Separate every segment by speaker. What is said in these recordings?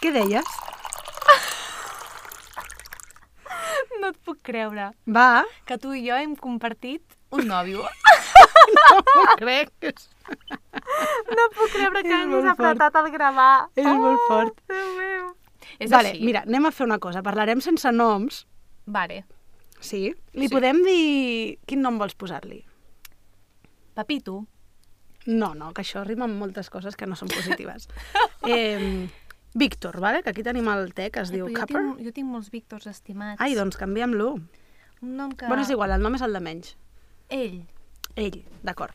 Speaker 1: Què deies?
Speaker 2: No et puc creure
Speaker 1: Va,
Speaker 2: que tu i jo hem compartit un nòvio.
Speaker 1: no crec. És,
Speaker 2: No puc creure que
Speaker 1: És
Speaker 2: haguis
Speaker 1: molt fort.
Speaker 2: apretat el gravar. Oh,
Speaker 1: és molt fort.
Speaker 2: Déu meu. Ah! És
Speaker 1: vale,
Speaker 2: així.
Speaker 1: mira, anem a fer una cosa. Parlarem sense noms,
Speaker 2: Vale.
Speaker 1: sí? Li
Speaker 2: Sí.
Speaker 1: podem dir... Quin nom vols posar-li?
Speaker 2: Papito.
Speaker 1: No, no, que això rima amb moltes coses que no són positives. eh, Víctor, vale? que aquí tenim el té, que es diu
Speaker 2: Però jo
Speaker 1: Copper.
Speaker 2: Tinc, jo tinc molts Víctors estimats.
Speaker 1: Ai, doncs canviem-lo.
Speaker 2: Un nom que...
Speaker 1: Bueno, és igual, el nom és el de menys.
Speaker 2: Ell.
Speaker 1: Ell, d'acord.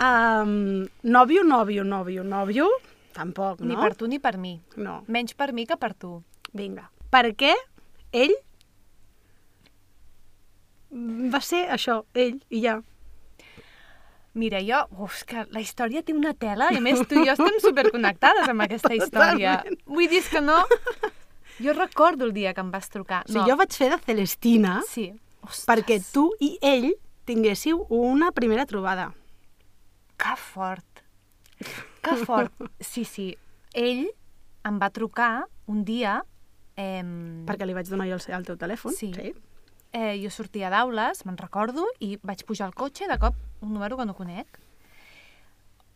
Speaker 1: Um, nòvio, nòvio, nòvio, nòvio, tampoc,
Speaker 2: Ni
Speaker 1: no?
Speaker 2: per tu ni per mi.
Speaker 1: No,
Speaker 2: Menys per mi que per tu.
Speaker 1: vinga. Per què ell va ser això, ell, i ja.
Speaker 2: Mira, jo... Uf, és que la història té una tela i a més tu i jo estem superconnectades amb aquesta història.
Speaker 1: Totalment.
Speaker 2: Vull dir, és que no... Jo recordo el dia que em vas trucar.
Speaker 1: O sigui, jo vaig fer de Celestina
Speaker 2: Sí. Ostres,
Speaker 1: perquè tu i ell tinguéssiu una primera trobada.
Speaker 2: Que fort. Que fort. Sí, sí. Ell em va trucar un dia... Ehm...
Speaker 1: Perquè li vaig donar jo el, se- el teu telèfon.
Speaker 2: Sí.
Speaker 1: sí.
Speaker 2: Eh, jo sortia d'aules, me'n recordo, i vaig pujar al cotxe, de cop, un número que no conec.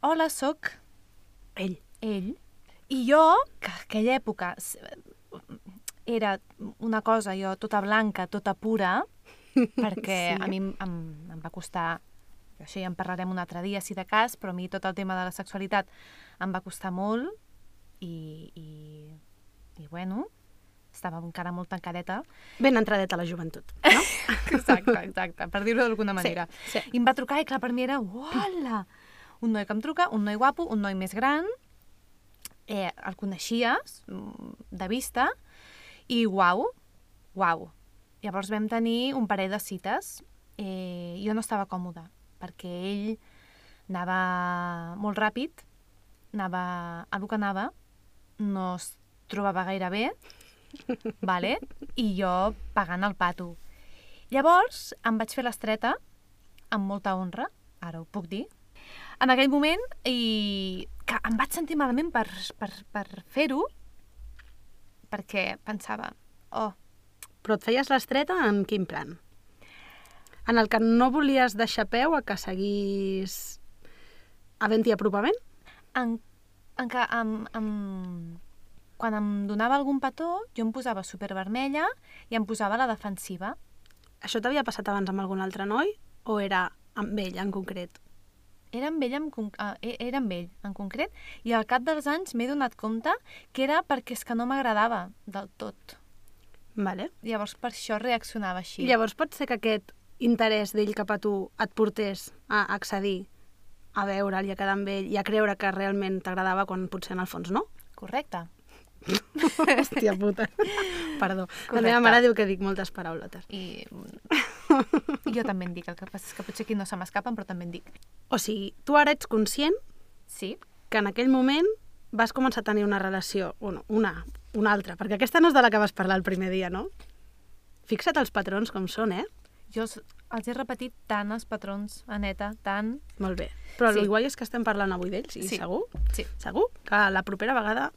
Speaker 2: Hola, sóc
Speaker 1: Ell.
Speaker 2: ell. I jo, que a aquella època s- eh, era una cosa, jo tota blanca, tota pura, perquè
Speaker 1: Sí.
Speaker 2: sí. a mi em, em, em va costar, jo això ja en parlarem un altre dia, si de cas, però a mi tot el tema de la sexualitat em va costar molt i, i, i bueno, estava encara molt tancadeta.
Speaker 1: Ben entradet a la joventut, no?
Speaker 2: Exacte, exacte, per dir-ho d'alguna manera.
Speaker 1: sí.
Speaker 2: I em va trucar i clar, per mi era, uala, un noi que em truca, un noi guapo, un noi més gran, eh, el coneixies mm, de vista, i uau, uau. Llavors vam tenir un parell de cites, eh, jo no estava còmoda, perquè ell anava molt ràpid, anava a lo que anava, no es trobava gaire bé, vale? i jo pagant el pato. Llavors em vaig fer l'estreta, amb molta honra, ara ho puc dir, en aquell moment, i que em vaig sentir malament per, per, per fer-ho, perquè pensava, oh,
Speaker 1: Però et feies l'estreta en quin plan? En el que no volies deixar peu a que seguís havent-hi apropament?
Speaker 2: en, en que em, em, quan em donava algun petó, jo em posava supervermella i em posava a la defensiva.
Speaker 1: Això t'havia passat abans amb algun altre noi? O era amb ell, en concret?
Speaker 2: Era amb ell en, con- eh, eh, era amb ell, en concret, i al cap dels anys m'he donat compte que era perquè és que no m'agradava del tot.
Speaker 1: Vale.
Speaker 2: Llavors, per això reaccionava així.
Speaker 1: I llavors pot ser que aquest interès d'ell cap a tu et portés a accedir a veure'l i a quedar amb ell i a creure que realment t'agradava quan potser en el fons no?
Speaker 2: Correcte.
Speaker 1: Hòstia puta. Perdó. La
Speaker 2: Correcte.
Speaker 1: meva mare diu que dic moltes paraulotes.
Speaker 2: I jo també en dic, el que passa és que potser aquí no se m'escapen, però també en dic.
Speaker 1: O sigui, tu ara ets conscient
Speaker 2: Sí,
Speaker 1: que en aquell moment vas començar a tenir una relació, bueno, una, una altra, perquè aquesta no és de la que vas parlar el primer dia, no? Fixa't els patrons com són, eh?
Speaker 2: jo els, els he repetit tant els patrons, Aneta, tant...
Speaker 1: Molt bé. Però
Speaker 2: Sí.
Speaker 1: sí. el guai és que estem parlant avui d'ells i
Speaker 2: Sí.
Speaker 1: sí. segur,
Speaker 2: Sí.
Speaker 1: segur que la propera vegada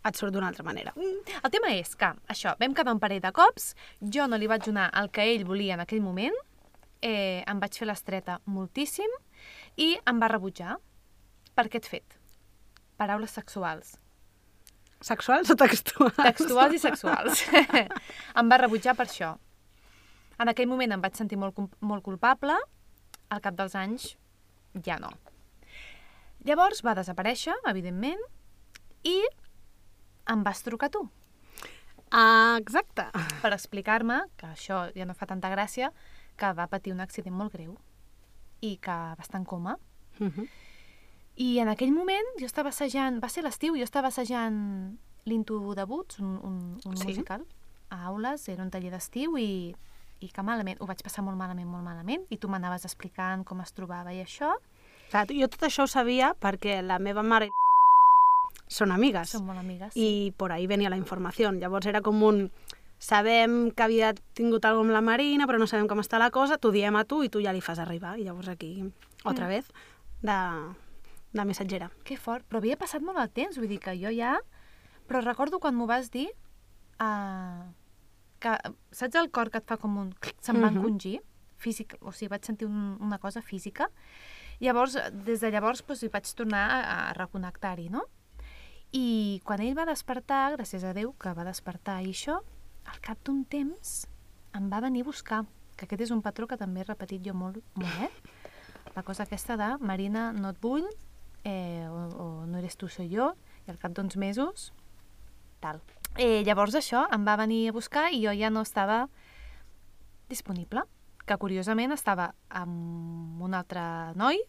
Speaker 1: et surt d'una altra manera.
Speaker 2: Mm, El tema és que, això, vam quedar un parell de cops, jo no li vaig donar el que ell volia en aquell moment, eh, em vaig fer l'estreta moltíssim i em va rebutjar per aquest fet. Paraules sexuals.
Speaker 1: Sexuals o textuals?
Speaker 2: textuals i sexuals. em va rebutjar per això. En aquell moment em vaig sentir molt, cul- molt culpable, al cap dels anys ja no. Llavors va desaparèixer, evidentment, i em vas trucar tu
Speaker 1: Ah, exacte.
Speaker 2: per explicar-me, que això ja no fa tanta gràcia, que va patir un accident molt greu i que va estar en coma.
Speaker 1: Uh
Speaker 2: Mhm.
Speaker 1: -huh.
Speaker 2: I en aquell moment jo estava assajant, va ser l'estiu, jo estava assajant l'Into de Boots, un, un, un
Speaker 1: Sí.
Speaker 2: sí. musical, a aules, era un taller d'estiu i, i que malament, ho vaig passar molt malament, molt malament, i tu m'anaves explicant com es trobava i això,
Speaker 1: Clar, jo tot això ho sabia perquè la meva mare i són amigues.
Speaker 2: som molt amigues.
Speaker 1: y por ahí venía la información. Llavors era com un sabem que havia tingut alguna amb la Marina, però no sabem com està la cosa, t'ho diem a tu i tu ja li fas arribar. I llavors aquí, otra
Speaker 2: Mm.
Speaker 1: vez, de, de missatgera.
Speaker 2: Que fort, però havia passat molt el temps, vull dir que jo ja Però recordo quan m'ho vas dir uh, que eh, saps el cor que et fa com un... clic, Se'm va
Speaker 1: Mhm.
Speaker 2: encongir, físic, o sigui, vaig sentir un, una cosa física. Llavors, eh, des de llavors, doncs, hi vaig tornar a, a reconnectar-hi, no? I quan ell va despertar, gràcies a Déu que va despertar i això, al cap d'un temps em va venir a buscar, que aquest és un patró que també he repetit jo molt, molt eh? La cosa aquesta de Marina, no et vull, eh, o, o no eres tu, soy jo, i al cap d'uns mesos, tal. Eh, llavors això em va venir a buscar i jo ja no estava disponible, que curiosament estava amb un altre noi,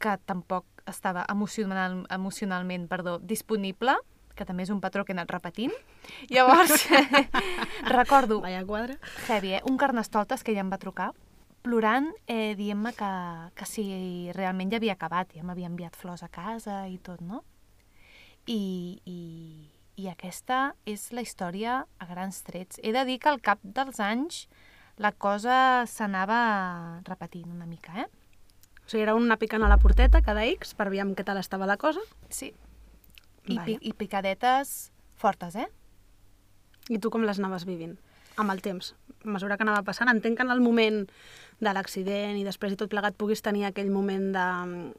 Speaker 2: que tampoc estava emocional, emocionalment perdó, disponible, que també és un patró que he anat repetint. Llavors, recordo,
Speaker 1: Vaya quadra.
Speaker 2: heavy, eh? un carnestoltes que ja em va trucar, plorant, eh, dient-me que, que si realment ja havia acabat, ja m'havia enviat flors a casa i tot, no? I, i, I aquesta és la història a grans trets. He de dir que al cap dels anys la cosa s'anava repetint una mica, eh?
Speaker 1: O sigui, era una picant a la porteta cada X per veure què tal estava la cosa.
Speaker 2: Sí. I,
Speaker 1: Vaja.
Speaker 2: pi I picadetes fortes, eh?
Speaker 1: I tu com les anaves vivint? Amb el temps, a mesura que anava passant. Entenc que en el moment de l'accident i després i tot plegat puguis tenir aquell moment de...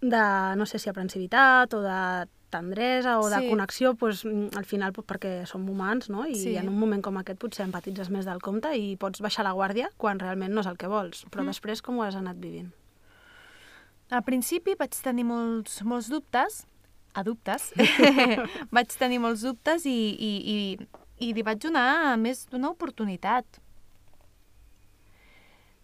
Speaker 1: de, no sé si aprensivitat o de tendresa o de
Speaker 2: Sí.
Speaker 1: connexió, doncs, mm, al final doncs, perquè som humans, no? I
Speaker 2: Sí.
Speaker 1: en un moment com aquest potser empatitzes més del compte i pots baixar la guàrdia quan realment no és el que vols. Però
Speaker 2: Mm.
Speaker 1: després com ho has anat vivint?
Speaker 2: Al principi vaig tenir molts, molts dubtes, a dubtes, vaig tenir molts dubtes i, i, i, i li vaig donar més d'una oportunitat.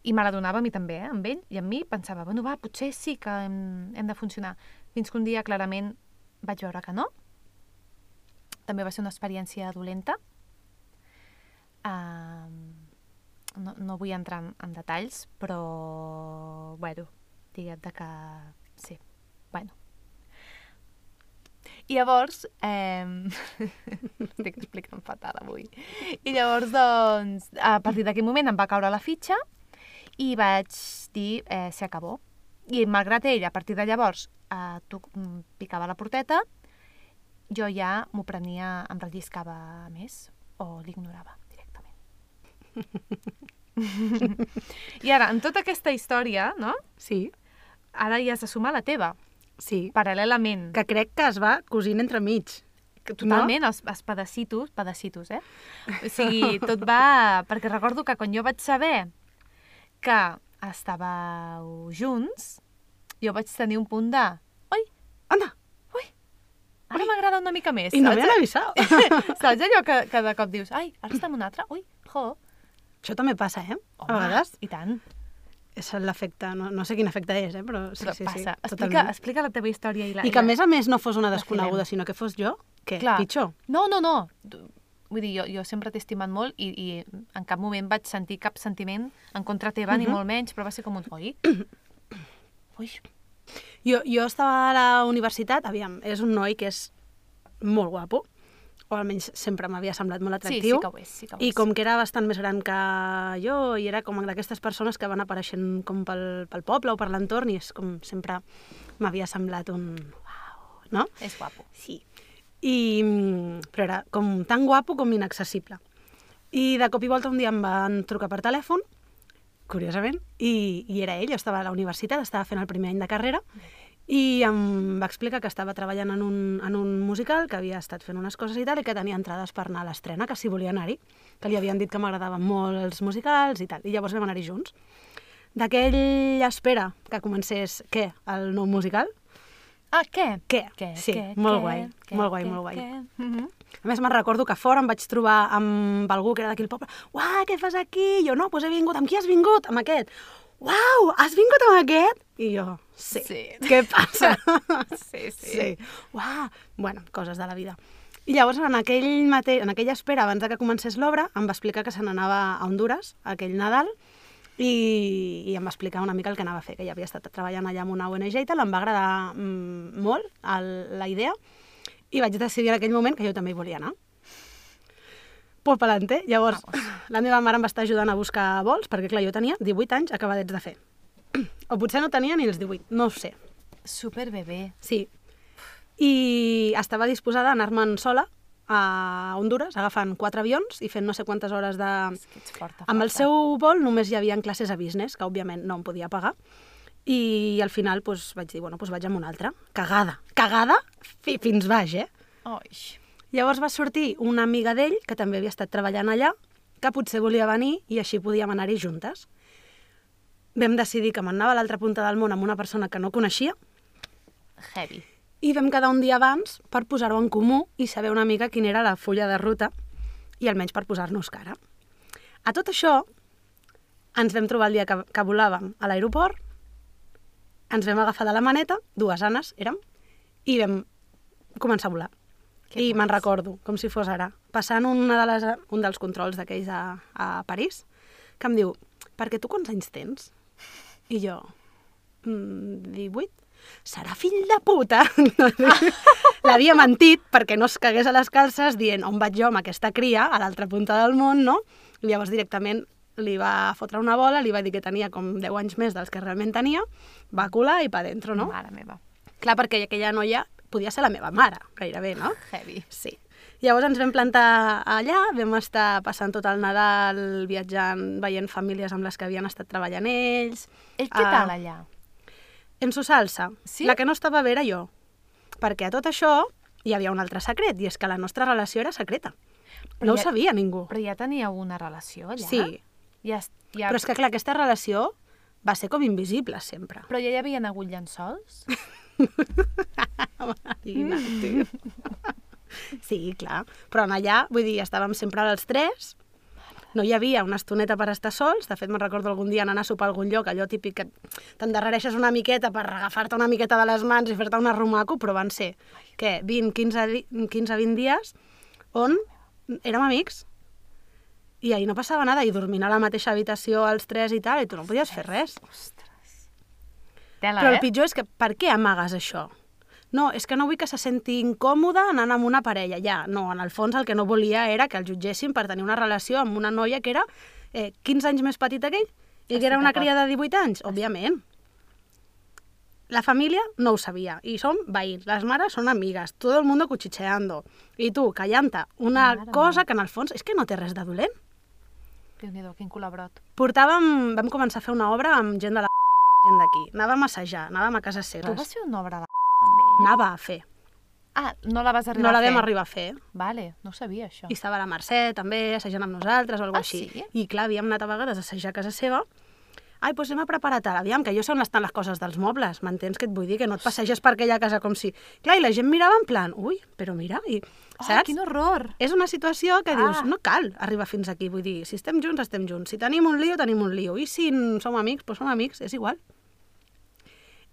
Speaker 2: I me la donava a mi també, eh? amb ell i amb mi. Pensava, bueno, va, potser sí que hem, hem de funcionar. Fins que un dia, clarament, vaig veure que no. També va ser una experiència dolenta. Um, no, no vull entrar en, en detalls, però, bueno, diguem de que... Sí, bueno. I llavors... Eh... Estic explicant fatal avui. I llavors, doncs, a partir d'aquell moment em va caure la fitxa i vaig dir, eh, se acabó. I malgrat ell, a partir de llavors, eh, tu, mm, picava la porteta, jo ja m'ho prenia, em relliscava més o l'ignorava directament. I ara, en tota aquesta història, no?
Speaker 1: Sí,
Speaker 2: Ara ja has de sumar la teva,
Speaker 1: sí.
Speaker 2: paral·lelament.
Speaker 1: Que crec que es va cosint entremig.
Speaker 2: Que totalment, els, els pedacitos, pedacitos, eh? O sigui, tot va... Perquè recordo que quan jo vaig saber que estàveu junts, jo vaig tenir un punt de... Ui,
Speaker 1: Anda,
Speaker 2: ara m'agrada una mica més.
Speaker 1: i no m'hi
Speaker 2: Eh,
Speaker 1: han
Speaker 2: saps?
Speaker 1: avisat.
Speaker 2: Saps allò que, que de cop dius, ai, ara està amb un altre? Ui, jo.
Speaker 1: Això també passa, eh? Home. A vegades
Speaker 2: I tant.
Speaker 1: és l'efecte, no, no sé quin efecte és, eh? però sí,
Speaker 2: Però
Speaker 1: sí,
Speaker 2: passa.
Speaker 1: sí,
Speaker 2: explica,
Speaker 1: totalment.
Speaker 2: explica la teva història i la...
Speaker 1: I que a més a més no fos una
Speaker 2: la
Speaker 1: desconeguda,
Speaker 2: filem.
Speaker 1: sinó que fos jo, que
Speaker 2: Clar.
Speaker 1: pitjor.
Speaker 2: No, no, no. Tu- Vull dir, jo, jo sempre t'he estimat molt i, i en cap moment vaig sentir cap sentiment en contra teva, ni
Speaker 1: Mhm.
Speaker 2: molt menys, però va ser com un... Oi? Ui,
Speaker 1: Jo, jo estava a la universitat, aviam, és un noi que és molt guapo, o almenys sempre m'havia semblat molt
Speaker 2: sí,
Speaker 1: atractiu,
Speaker 2: sí que ho és, sí que ho és.
Speaker 1: i com que era bastant més gran que jo, i era com d'aquestes persones que van apareixent com pel, pel poble o per l'entorn, i és com sempre m'havia semblat un... Uau, no?
Speaker 2: És guapo.
Speaker 1: Sí. I, mm, però era com tan guapo com inaccessible. I de cop i volta un dia em van trucar per telèfon, curiosament, i, i era ell, jo estava a la universitat, estava fent el primer any de carrera, i em va explicar que estava treballant en un, en un musical, que havia estat fent unes coses i tal, i que tenia entrades per anar a l'estrena, que si volia anar-hi, que li havien dit que m'agradaven molt els musicals i tal, i llavors vam anar-hi junts. D'aquella espera que comencés, què, el nou musical,
Speaker 2: Ah, què?
Speaker 1: Què?
Speaker 2: Què?
Speaker 1: Sí,
Speaker 2: què,
Speaker 1: molt
Speaker 2: què,
Speaker 1: guai,
Speaker 2: què,
Speaker 1: molt guai,
Speaker 2: què,
Speaker 1: molt guai.
Speaker 2: Què? Mhm.
Speaker 1: A més, me'n recordo que fora em vaig trobar amb algú que era d'aquí el poble. Uau, què fas aquí? I jo, no, doncs he vingut. Amb qui has vingut? Amb aquest. Uau, has vingut amb aquest? I jo, sí.
Speaker 2: Sí.
Speaker 1: Què passa?
Speaker 2: Sí, Mhm. sí.
Speaker 1: sí. Uau, bueno, coses de la vida. I llavors, en, aquell mate... en aquella espera, abans de que comencés l'obra, em va explicar que se n'anava a Honduras, aquell Nadal, i, i em va explicar una mica el que anava a fer, que ja havia estat treballant allà amb una ONG i tal, em va agradar mm, molt el, la idea, i vaig decidir en aquell moment que jo també hi volia anar. Pues pelante. Llavors, la meva mare em va estar ajudant a buscar vols, perquè clar, jo tenia 18 anys acabadets de fer. O potser no tenia ni els 18, no ho sé.
Speaker 2: Superbebé.
Speaker 1: Sí. i estava disposada a anar-me'n sola a Honduras agafant quatre avions i fent no sé quantes hores de...
Speaker 2: És que ets forta, forta.
Speaker 1: Amb el seu vol només hi havia classes a business, que òbviament no em podia pagar, i al final doncs, vaig dir, bueno, doncs vaig amb una altra. Cagada. Cagada fi, fins baix, eh?
Speaker 2: Oix.
Speaker 1: Llavors va sortir una amiga d'ell, que també havia estat treballant allà, que potser volia venir i així podíem anar-hi juntes. Vam decidir que m'anava a l'altra punta del món amb una persona que no coneixia
Speaker 2: Heavy.
Speaker 1: i vam quedar un dia abans per posar-ho en comú i saber una mica quina era la fulla de ruta i almenys per posar-nos cara. A tot això, ens vam trobar el dia que, que volàvem a l'aeroport, ens vam agafar de la maneta, dues anes érem, i vam començar a volar.
Speaker 2: Que
Speaker 1: I me'n
Speaker 2: bons.
Speaker 1: recordo, com si fos ara, passant una de les, un dels controls d'aquells a, a París, que em diu, perquè tu quants anys tens? I jo, mm, 18? Serà fill de puta! No, L'havia mentit perquè no es cagués a les calces dient on vaig jo amb aquesta cria, a l'altra punta del món, no? I llavors directament li va fotre una bola, li va dir que tenia com 10 anys més dels que realment tenia, va colar i pa dentro, no?
Speaker 2: Mare meva.
Speaker 1: Clar, perquè aquella noia podia ser la meva mare, gairebé, no?
Speaker 2: Heavy.
Speaker 1: Sí. Llavors ens vam plantar allà, vam estar passant tot el Nadal viatjant, veient famílies amb les que havien estat treballant ells.
Speaker 2: Ell què
Speaker 1: Ah,
Speaker 2: tal allà?
Speaker 1: En su salsa.
Speaker 2: Sí?
Speaker 1: La que no estava bé era jo. Perquè a tot això hi havia un altre secret, i és que la nostra relació era secreta.
Speaker 2: Però
Speaker 1: No ho
Speaker 2: ja-
Speaker 1: sabia ningú.
Speaker 2: Però ja tenia una relació allà?
Speaker 1: Sí.
Speaker 2: Ja, es- ja...
Speaker 1: Però és que, clar, aquesta relació va ser com invisible sempre.
Speaker 2: Però ja hi havien hagut llençols?
Speaker 1: Marina, tio. Sí, clar. Però en allà, vull dir, estàvem sempre els tres, no hi havia una estoneta per estar sols, de fet me'n recordo algun dia anar a sopar a algun lloc, allò típic que t'endarrereixes una miqueta per agafar-te una miqueta de les mans i fer-te un arrumaco, però van ser, què, 20, 15, di- 15, 20 dies on érem amics i ahir no passava nada i dormint a la mateixa habitació els tres i tal, i tu no podies fer res.
Speaker 2: Ostres. Tela,
Speaker 1: Però el
Speaker 2: eh?
Speaker 1: pitjor és que per què amagues això? No, és que no vull que se senti incòmode anant amb una parella, ja. No, en el fons el que no volia era que el jutgessin per tenir una relació amb una noia que era eh, 15 anys més petita que ell i
Speaker 2: Estic
Speaker 1: que era una
Speaker 2: d'acord.
Speaker 1: cria de 18 anys, òbviament. La família no ho sabia i som veïns, les mares són amigues, tot el mundo cuchicheando. I tu, callant-te, una
Speaker 2: Mare
Speaker 1: cosa que en el fons és que no té res de dolent.
Speaker 2: Déu-n'hi-do, quin colabrot.
Speaker 1: Portàvem, vam començar a fer una obra amb gent de la gent d'aquí. Anàvem a assajar, anàvem a casa
Speaker 2: Tu vas
Speaker 1: seves.
Speaker 2: fer una obra de també?
Speaker 1: Anava a fer.
Speaker 2: Ah, no la vas arribar
Speaker 1: No la
Speaker 2: a fer?
Speaker 1: vam arribar a fer.
Speaker 2: Vale, no ho sabia, això.
Speaker 1: I estava la Mercè, també, assajant amb nosaltres o alguna
Speaker 2: Ah,
Speaker 1: així.
Speaker 2: sí?
Speaker 1: I clar, havíem anat a vegades a assajar a casa seva. Ai, doncs anem a preparar tal. Aviam, que jo sé on estan les coses dels mobles, m'entens que et vull dir? Que no et passeges per aquella casa com si... Clar, i la gent mirava en plan, ui, però mira, i...
Speaker 2: Oh,
Speaker 1: saps?
Speaker 2: quin horror!
Speaker 1: És una situació que dius,
Speaker 2: Ah.
Speaker 1: no cal arribar fins aquí. Vull dir, si estem junts, estem junts. Si tenim un lío, tenim un lío. I si n- som amics, doncs som amics, és igual.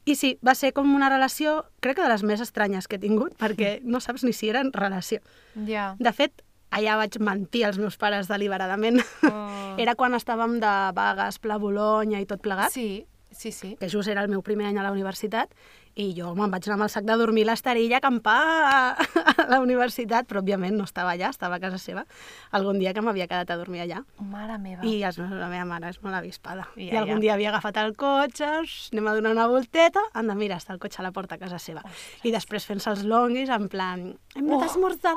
Speaker 1: I sí, va ser com una relació, crec que de les més estranyes que he tingut, perquè
Speaker 2: Mm.
Speaker 1: no saps ni si era relació.
Speaker 2: Ja.
Speaker 1: De fet, allà vaig mentir als meus pares deliberadament.
Speaker 2: Oh.
Speaker 1: Era quan estàvem de vagues, pla Bologna i tot plegat,
Speaker 2: Sí, sí, sí.
Speaker 1: que just era el meu primer any a la universitat, i jo me'n vaig anar amb el sac de dormir a l'estarilla a acampar a a la universitat, però òbviament no estava allà, estava a casa seva, algun dia que m'havia quedat a dormir allà.
Speaker 2: Mare meva.
Speaker 1: I els meus, la meva mare és molt avispada.
Speaker 2: Ja,
Speaker 1: I algun
Speaker 2: ja.
Speaker 1: dia havia agafat el cotxe, "Xx, anem a donar una volteta, han de mirar, està el cotxe a la porta a casa seva. I després fent-se els longuis, en plan, hem anat
Speaker 2: Oh.
Speaker 1: a esmorzar.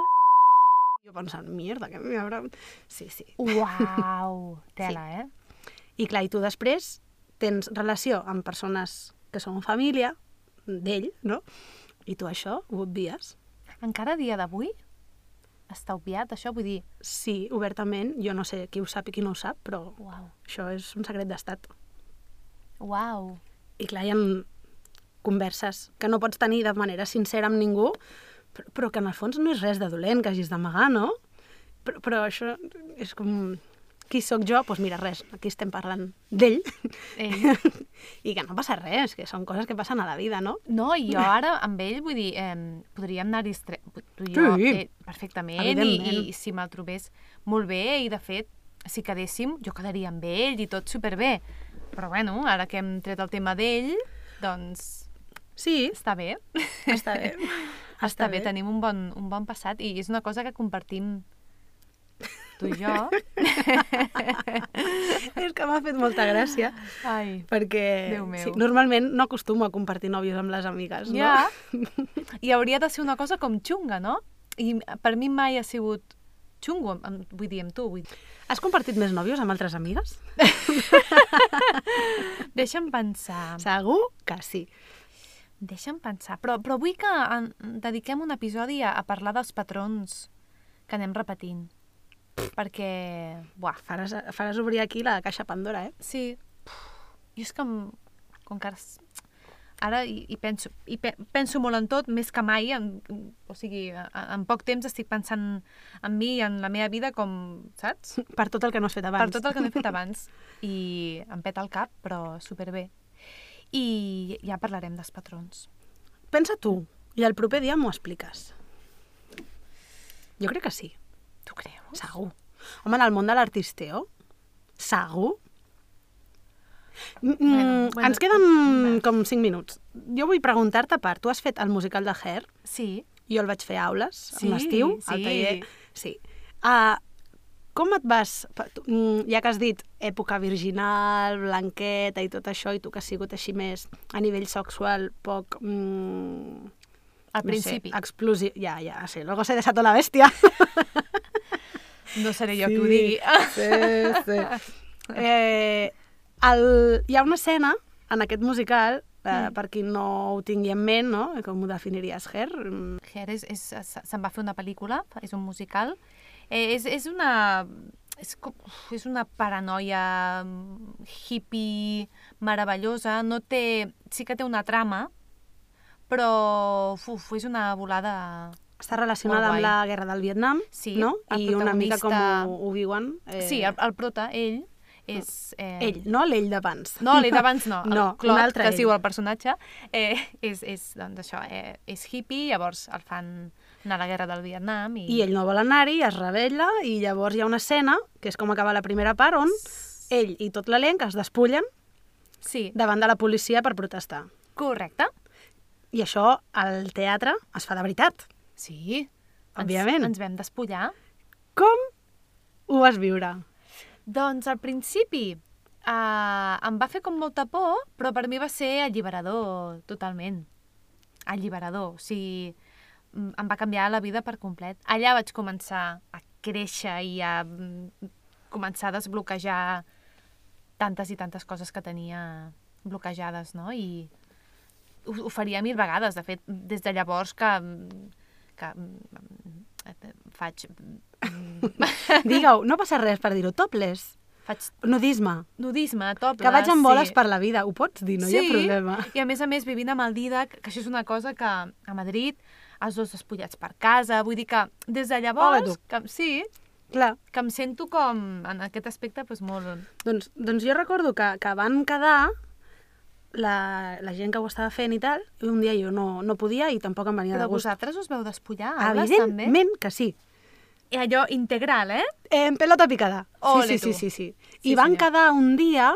Speaker 1: Jo pensant, mierda, que m'haurà... Sí, sí.
Speaker 2: Uau, tela, eh?
Speaker 1: I clar, i tu després tens relació amb persones que són família d'ell, no? I tu això ho obvies.
Speaker 2: Encara a dia d'avui està obviat, això? Vull dir,
Speaker 1: Sí, obertament, jo no sé qui ho sap i qui no ho sap, però
Speaker 2: uau,
Speaker 1: això és un secret d'estat.
Speaker 2: uau.
Speaker 1: I clar, hi ha converses que no pots tenir de manera sincera amb ningú, però, però que en el fons no és res de dolent que hagis d'amagar, no? Però, però això és com... Qui sóc jo? Doncs pues mira, res, aquí estem parlant d'ell
Speaker 2: Ell.
Speaker 1: i que no passa res, que són coses que passen a la vida, no?
Speaker 2: No, i jo ara amb ell, vull dir, eh, podríem anar distre... Tu i jo,
Speaker 1: Sí.
Speaker 2: eh, perfectament, i,
Speaker 1: Evidentment.
Speaker 2: i si me'l trobés molt bé, i de fet, si quedéssim, jo quedaria amb ell i tot superbé. Però bueno, ara que hem tret el tema d'ell, doncs
Speaker 1: Sí,
Speaker 2: està bé.
Speaker 1: està bé.
Speaker 2: Està, bé, tenim un bon, un bon passat i és una cosa que compartim tu i jo.
Speaker 1: És que m'ha fet molta gràcia,
Speaker 2: Ai.
Speaker 1: perquè
Speaker 2: Déu meu.
Speaker 1: sí, normalment no acostumo a compartir nòvios amb les amigues, no?
Speaker 2: Ja. I hauria de ser una cosa com xunga, no? I per mi mai ha sigut xungo, amb- amb, vull dir, amb tu. Vull dir.
Speaker 1: Has compartit més nòvios amb altres amigues?
Speaker 2: Deixa'm pensar,
Speaker 1: Segur que sí.
Speaker 2: deixa'm pensar. Però, però vull que en, dediquem un episodi a, a parlar dels patrons que anem repetint. Perquè, buah,
Speaker 1: Faràs, faràs obrir aquí la caixa Pandora, eh?
Speaker 2: sí. Jo és que, em- com que ara s- ara hi, hi, penso, hi pe, penso molt en tot, més que mai, en, o sigui, en, en poc temps estic pensant en mi i en la meva vida com, saps?
Speaker 1: Per tot el que no has fet abans.
Speaker 2: Per tot el que no he fet abans. I em peta el cap, però superbé. I ja parlarem dels patrons.
Speaker 1: Pensa tu, i el proper dia m'ho expliques. Jo crec que sí,
Speaker 2: Tu creus?
Speaker 1: segur. Home, en el món de l'artisteo, segur. Mm,
Speaker 2: Bueno,
Speaker 1: bueno,
Speaker 2: bueno,
Speaker 1: bueno, ens queden
Speaker 2: doncs,
Speaker 1: com 5 minuts. Jo vull preguntar-te, a part, tu has fet el musical de Hair,
Speaker 2: Sí.
Speaker 1: jo el vaig fer a aules,
Speaker 2: Sí,
Speaker 1: sí, l'estiu,
Speaker 2: sí.
Speaker 1: al taller. Sí. Uh, com et vas... pa- tu- mm, Ja que has dit època virginal, blanqueta i tot això, i tu que has sigut així més a nivell sexual poc... Mm,
Speaker 2: Al
Speaker 1: no
Speaker 2: principi.
Speaker 1: Sé, explosiu. Ja, ja, sí. Luego se desató la bèstia.
Speaker 2: No seré jo sí. qui ho digui. Ah.
Speaker 1: Sí, sí. Eh, el, hi ha una escena en aquest musical, eh, per qui no ho tingui en ment, no? Eh, com ho definiries, Ger? Mm,
Speaker 2: Hair és, és, se- se'n va fer una pel·lícula, és un musical. Eh, és, és una... És, com, uf, és una paranoia mm, hippie meravellosa. No té... Sí que té una trama, però uf, és una volada...
Speaker 1: Està relacionada
Speaker 2: Molt
Speaker 1: amb
Speaker 2: guai.
Speaker 1: la guerra del Vietnam,
Speaker 2: Sí,
Speaker 1: no?
Speaker 2: el
Speaker 1: I una mica com
Speaker 2: protagonista-
Speaker 1: ho, ho viuen.
Speaker 2: Eh... Mm. Sí, el, el prota, ell, és... Eh...
Speaker 1: Ell, no l'ell d'abans.
Speaker 2: No, l'ell d'abans no. El
Speaker 1: No,
Speaker 2: Clot,
Speaker 1: un altre
Speaker 2: que es
Speaker 1: ell.
Speaker 2: diu el personatge, eh, és, és, doncs això, eh, és hippie, llavors el fan anar a la guerra del Vietnam i...
Speaker 1: I ell no vol anar-hi, es rebella, i llavors hi ha una escena, que és com acaba la primera part, on ell i tot l'elenc es despullen
Speaker 2: Sí,
Speaker 1: davant de la policia per protestar.
Speaker 2: correcte.
Speaker 1: I això al teatre es fa de veritat.
Speaker 2: Sí.
Speaker 1: Òbviament.
Speaker 2: Ens, ens vam despullar.
Speaker 1: Com ho vas viure?
Speaker 2: Doncs al principi eh, em va fer com molta por, però per mi va ser alliberador totalment. Alliberador, o sigui, mm, em va canviar la vida per complet. Allà vaig començar a créixer i a mm, començar a desbloquejar tantes i tantes coses que tenia bloquejades, no? I ho, ho faria mil vegades, de fet, des de llavors que, mm, que mm, faig, mm,
Speaker 1: Digue-ho, no passa res per dir-ho. Topless,
Speaker 2: faig
Speaker 1: nudisme,
Speaker 2: nudisme, topless...
Speaker 1: que vaig amb boles
Speaker 2: sí.
Speaker 1: per la vida. Ho pots dir, no hi ha problema.
Speaker 2: I a més a més vivint amb el Didac, que això és una cosa que a Madrid els dos despullats per casa, vull dir que des de
Speaker 1: Hola,
Speaker 2: llavors,
Speaker 1: tu.
Speaker 2: que, sí,
Speaker 1: Clar.
Speaker 2: que em sento com en aquest aspecte doncs, molt...
Speaker 1: Doncs, doncs jo recordo que, que van quedar la, la gent que ho estava fent i tal, i un dia jo no, no podia i tampoc em venia
Speaker 2: Però
Speaker 1: de gust.
Speaker 2: vosaltres us veu despullar, a aules també?
Speaker 1: Evidentment que sí.
Speaker 2: I allò integral, eh?
Speaker 1: En pelota picada.
Speaker 2: Ole,
Speaker 1: sí,
Speaker 2: tu.
Speaker 1: sí, sí, sí, sí.
Speaker 2: Sí,
Speaker 1: I van
Speaker 2: senyor.
Speaker 1: quedar un dia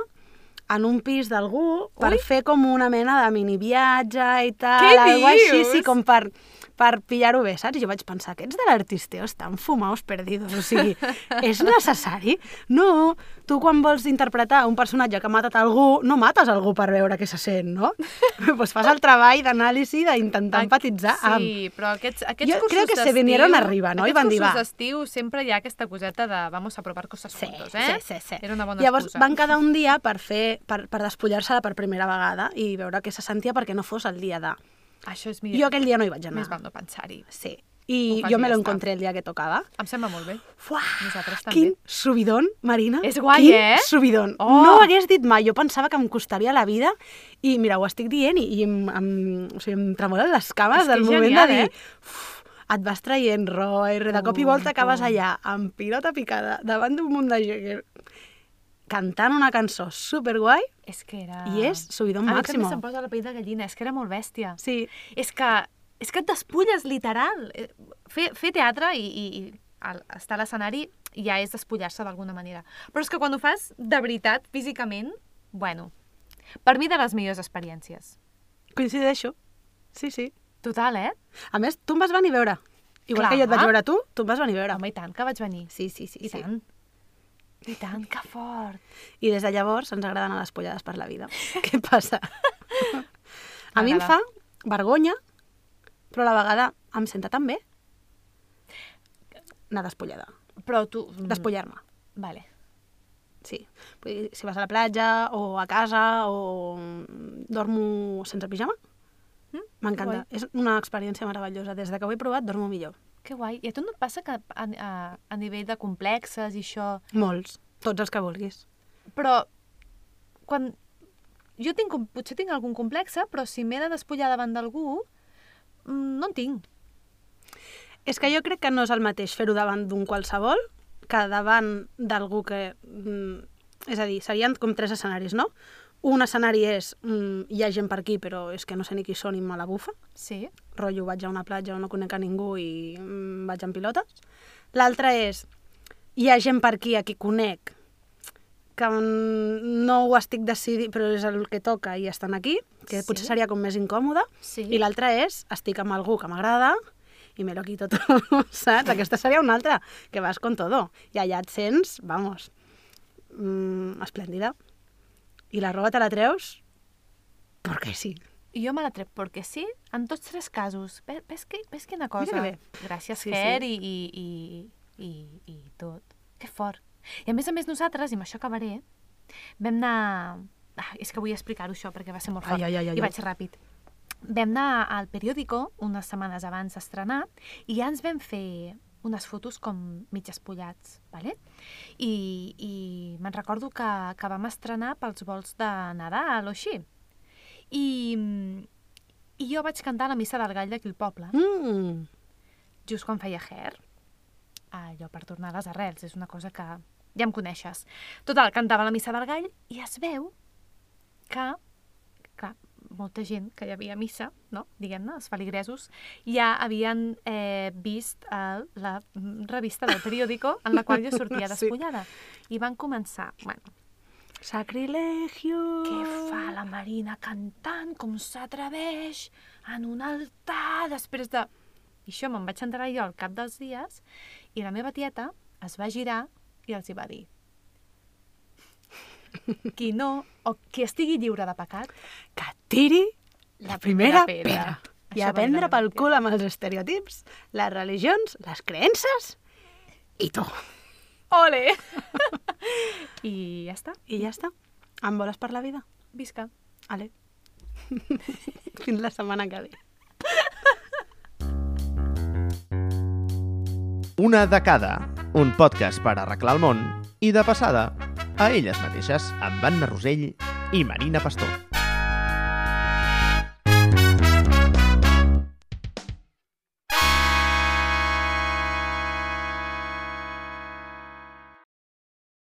Speaker 1: en un pis d'algú per
Speaker 2: Ui.
Speaker 1: fer com una mena de mini viatge i tal.
Speaker 2: Què
Speaker 1: algo Així,
Speaker 2: dius?
Speaker 1: sí, com per, per pillar-ho bé, saps? I Jo vaig pensar, aquests de l'artisteo estan fumaos perdidos, o sigui, és necessari? No, tu quan vols interpretar un personatge que ha matat algú, no mates algú per veure què se sent, no? Doncs pues fas el treball d'anàlisi, d'intentar empatitzar
Speaker 2: sí,
Speaker 1: amb...
Speaker 2: Sí, però aquests, aquests
Speaker 1: Jo
Speaker 2: cursos
Speaker 1: creo que se
Speaker 2: d'estiu-
Speaker 1: vinieron arriba, no? I
Speaker 2: Aquests
Speaker 1: van dir,
Speaker 2: cursos
Speaker 1: va.
Speaker 2: d'estiu sempre hi ha aquesta coseta de vamos a provar coses
Speaker 1: Sí,
Speaker 2: juntos, eh?
Speaker 1: sí, sí, sí.
Speaker 2: Era una bona
Speaker 1: Llavors
Speaker 2: excusa.
Speaker 1: van quedar un dia per, fer, per, per despullar-se-la per primera vegada i veure què se sentia perquè no fos el dia de...
Speaker 2: Això és millor.
Speaker 1: Jo aquell dia no hi vaig anar.
Speaker 2: Més val no pensar-hi.
Speaker 1: Sí.
Speaker 2: Ho
Speaker 1: I
Speaker 2: fas
Speaker 1: jo
Speaker 2: i
Speaker 1: me
Speaker 2: ja
Speaker 1: lo
Speaker 2: està.
Speaker 1: encontré el dia que tocava.
Speaker 2: Em sembla molt bé.
Speaker 1: Fuà,
Speaker 2: Nosaltres també.
Speaker 1: quin subidón, Marina.
Speaker 2: És guai,
Speaker 1: quin
Speaker 2: eh?
Speaker 1: subidón.
Speaker 2: Oh!
Speaker 1: No ho hagués dit mai. Jo pensava que em costaria la vida i, mira, ho estic dient i, i em, em, o sigui, em tremolen les
Speaker 2: És
Speaker 1: cames
Speaker 2: que
Speaker 1: del
Speaker 2: és
Speaker 1: moment
Speaker 2: genial,
Speaker 1: de dir...
Speaker 2: eh?
Speaker 1: "Uf, et vas traient Roer, de cop i
Speaker 2: Pum,
Speaker 1: volta acabes
Speaker 2: pum.
Speaker 1: allà amb pilota picada davant d'un munt de gent cantant una cançó superguai
Speaker 2: És que era...
Speaker 1: I és subidón
Speaker 2: A mi
Speaker 1: máximo.
Speaker 2: també se'm posa la pell de gallina, és que era molt bèstia.
Speaker 1: Sí,
Speaker 2: És que, és que et despulles, literal. Eh, Fer, fer teatre i, i, i al- estar a l'escenari ja és despullar-se d'alguna manera. Però és que quan ho fas de veritat, físicament, bueno, per mi de les millors experiències.
Speaker 1: coincideixo. Sí, sí.
Speaker 2: Total, eh?
Speaker 1: A més, tu em vas venir a veure. Igual
Speaker 2: Clar.
Speaker 1: que jo et vaig veure a tu, tu em vas venir a veure.
Speaker 2: Home, i tant, que vaig venir.
Speaker 1: Sí, sí, sí.
Speaker 2: I
Speaker 1: sí.
Speaker 2: tant. I tant, que fort.
Speaker 1: I des de llavors ens agraden a les pollades per la vida. Què passa? a mi em fa
Speaker 2: M'agrada.
Speaker 1: vergonya, però a la vegada em senta tan bé anar despullada,
Speaker 2: Però tu... mm,
Speaker 1: despullar-me.
Speaker 2: Vale.
Speaker 1: Sí. Vull dir, si vas a la platja o a casa o mm, dormo sense pijama,
Speaker 2: Mm,
Speaker 1: m'encanta. És una experiència meravellosa. Des de que ho he provat, dormo millor.
Speaker 2: Que guai. I a tu no et passa que a, a, a nivell de complexes i això...
Speaker 1: Molts. Tots els que vulguis.
Speaker 2: Però quan... Jo tinc, com- potser tinc algun complexe, però si m'he de despullar davant d'algú, mm, no en tinc.
Speaker 1: És que jo crec que no és el mateix fer-ho davant d'un qualsevol que davant d'algú que... mm, És a dir, serien com tres escenaris, no? Un escenari és, mm, hi ha gent per aquí, però és que no sé ni qui són i me la bufa.
Speaker 2: Sí.
Speaker 1: Rotllo, vaig a una platja on no conec a ningú i mm, vaig en pilotes. L'altre és, hi ha gent per aquí a qui conec que mm, no ho estic decidint, però és el que toca i estan aquí, que
Speaker 2: Sí.
Speaker 1: potser seria com més incòmode.
Speaker 2: Sí.
Speaker 1: I l'altra és, estic amb algú que m'agrada i me lo quito todo, saps? Aquesta seria una altra, que vas con todo. I allà et sents, vamos, mm, esplèndida. I la roba te la treus perquè sí.
Speaker 2: I jo me la trec, perquè sí, en tots tres casos. Ves, ves, que, ves quina cosa.
Speaker 1: que bé.
Speaker 2: Gràcies,
Speaker 1: Sí,
Speaker 2: sí, Ger, sí. I, i, i, i, i tot. Que fort. I a més a més nosaltres, i amb això acabaré, vam anar... Ah, és que vull explicar-ho això perquè va ser molt
Speaker 1: Ai,
Speaker 2: fort
Speaker 1: ai, ai, ai,
Speaker 2: i
Speaker 1: ai.
Speaker 2: vaig ràpid. Vam anar al periòdico unes setmanes abans d'estrenar i ja ens vam fer unes fotos com mig espullats, ¿vale? i, i me'n recordo que, que vam estrenar pels vols de Nadal o així. I, mm, i jo vaig cantar la missa del gall d'aquí al poble,
Speaker 1: Mm.
Speaker 2: just quan feia hair. Allò per tornar a les arrels, és una cosa que ja em coneixes. Total, cantava la missa del gall i es veu que, clar, molta gent que hi havia a missa, no? diguem-ne, els feligresos, ja havien eh, vist eh, la mm, revista del periòdico en la qual jo sortia
Speaker 1: Sí.
Speaker 2: despullada. I van començar, bueno,
Speaker 1: Sacrilegio.
Speaker 2: què fa la Marina cantant? Com s'atreveix en un altar després de... I això me'n vaig enterar jo al cap dels dies i la meva tieta es va girar i els hi va dir qui no, o qui estigui lliure de pecat,
Speaker 1: Que tiri la,
Speaker 2: La
Speaker 1: primera,
Speaker 2: primera pedra.
Speaker 1: pedra. I a
Speaker 2: Això va dir la
Speaker 1: prendre
Speaker 2: meva
Speaker 1: pel
Speaker 2: tia.
Speaker 1: cul amb els estereotips, les religions, les creences i tu.
Speaker 2: ole! I ja està,
Speaker 1: I ja està. Em voles per la vida?
Speaker 2: visca.
Speaker 1: Ale. Fins la setmana que ve.
Speaker 3: Una de cada, un podcast per arreglar el món i, de passada, a elles mateixes, amb Anna Rosell i Marina Pastor.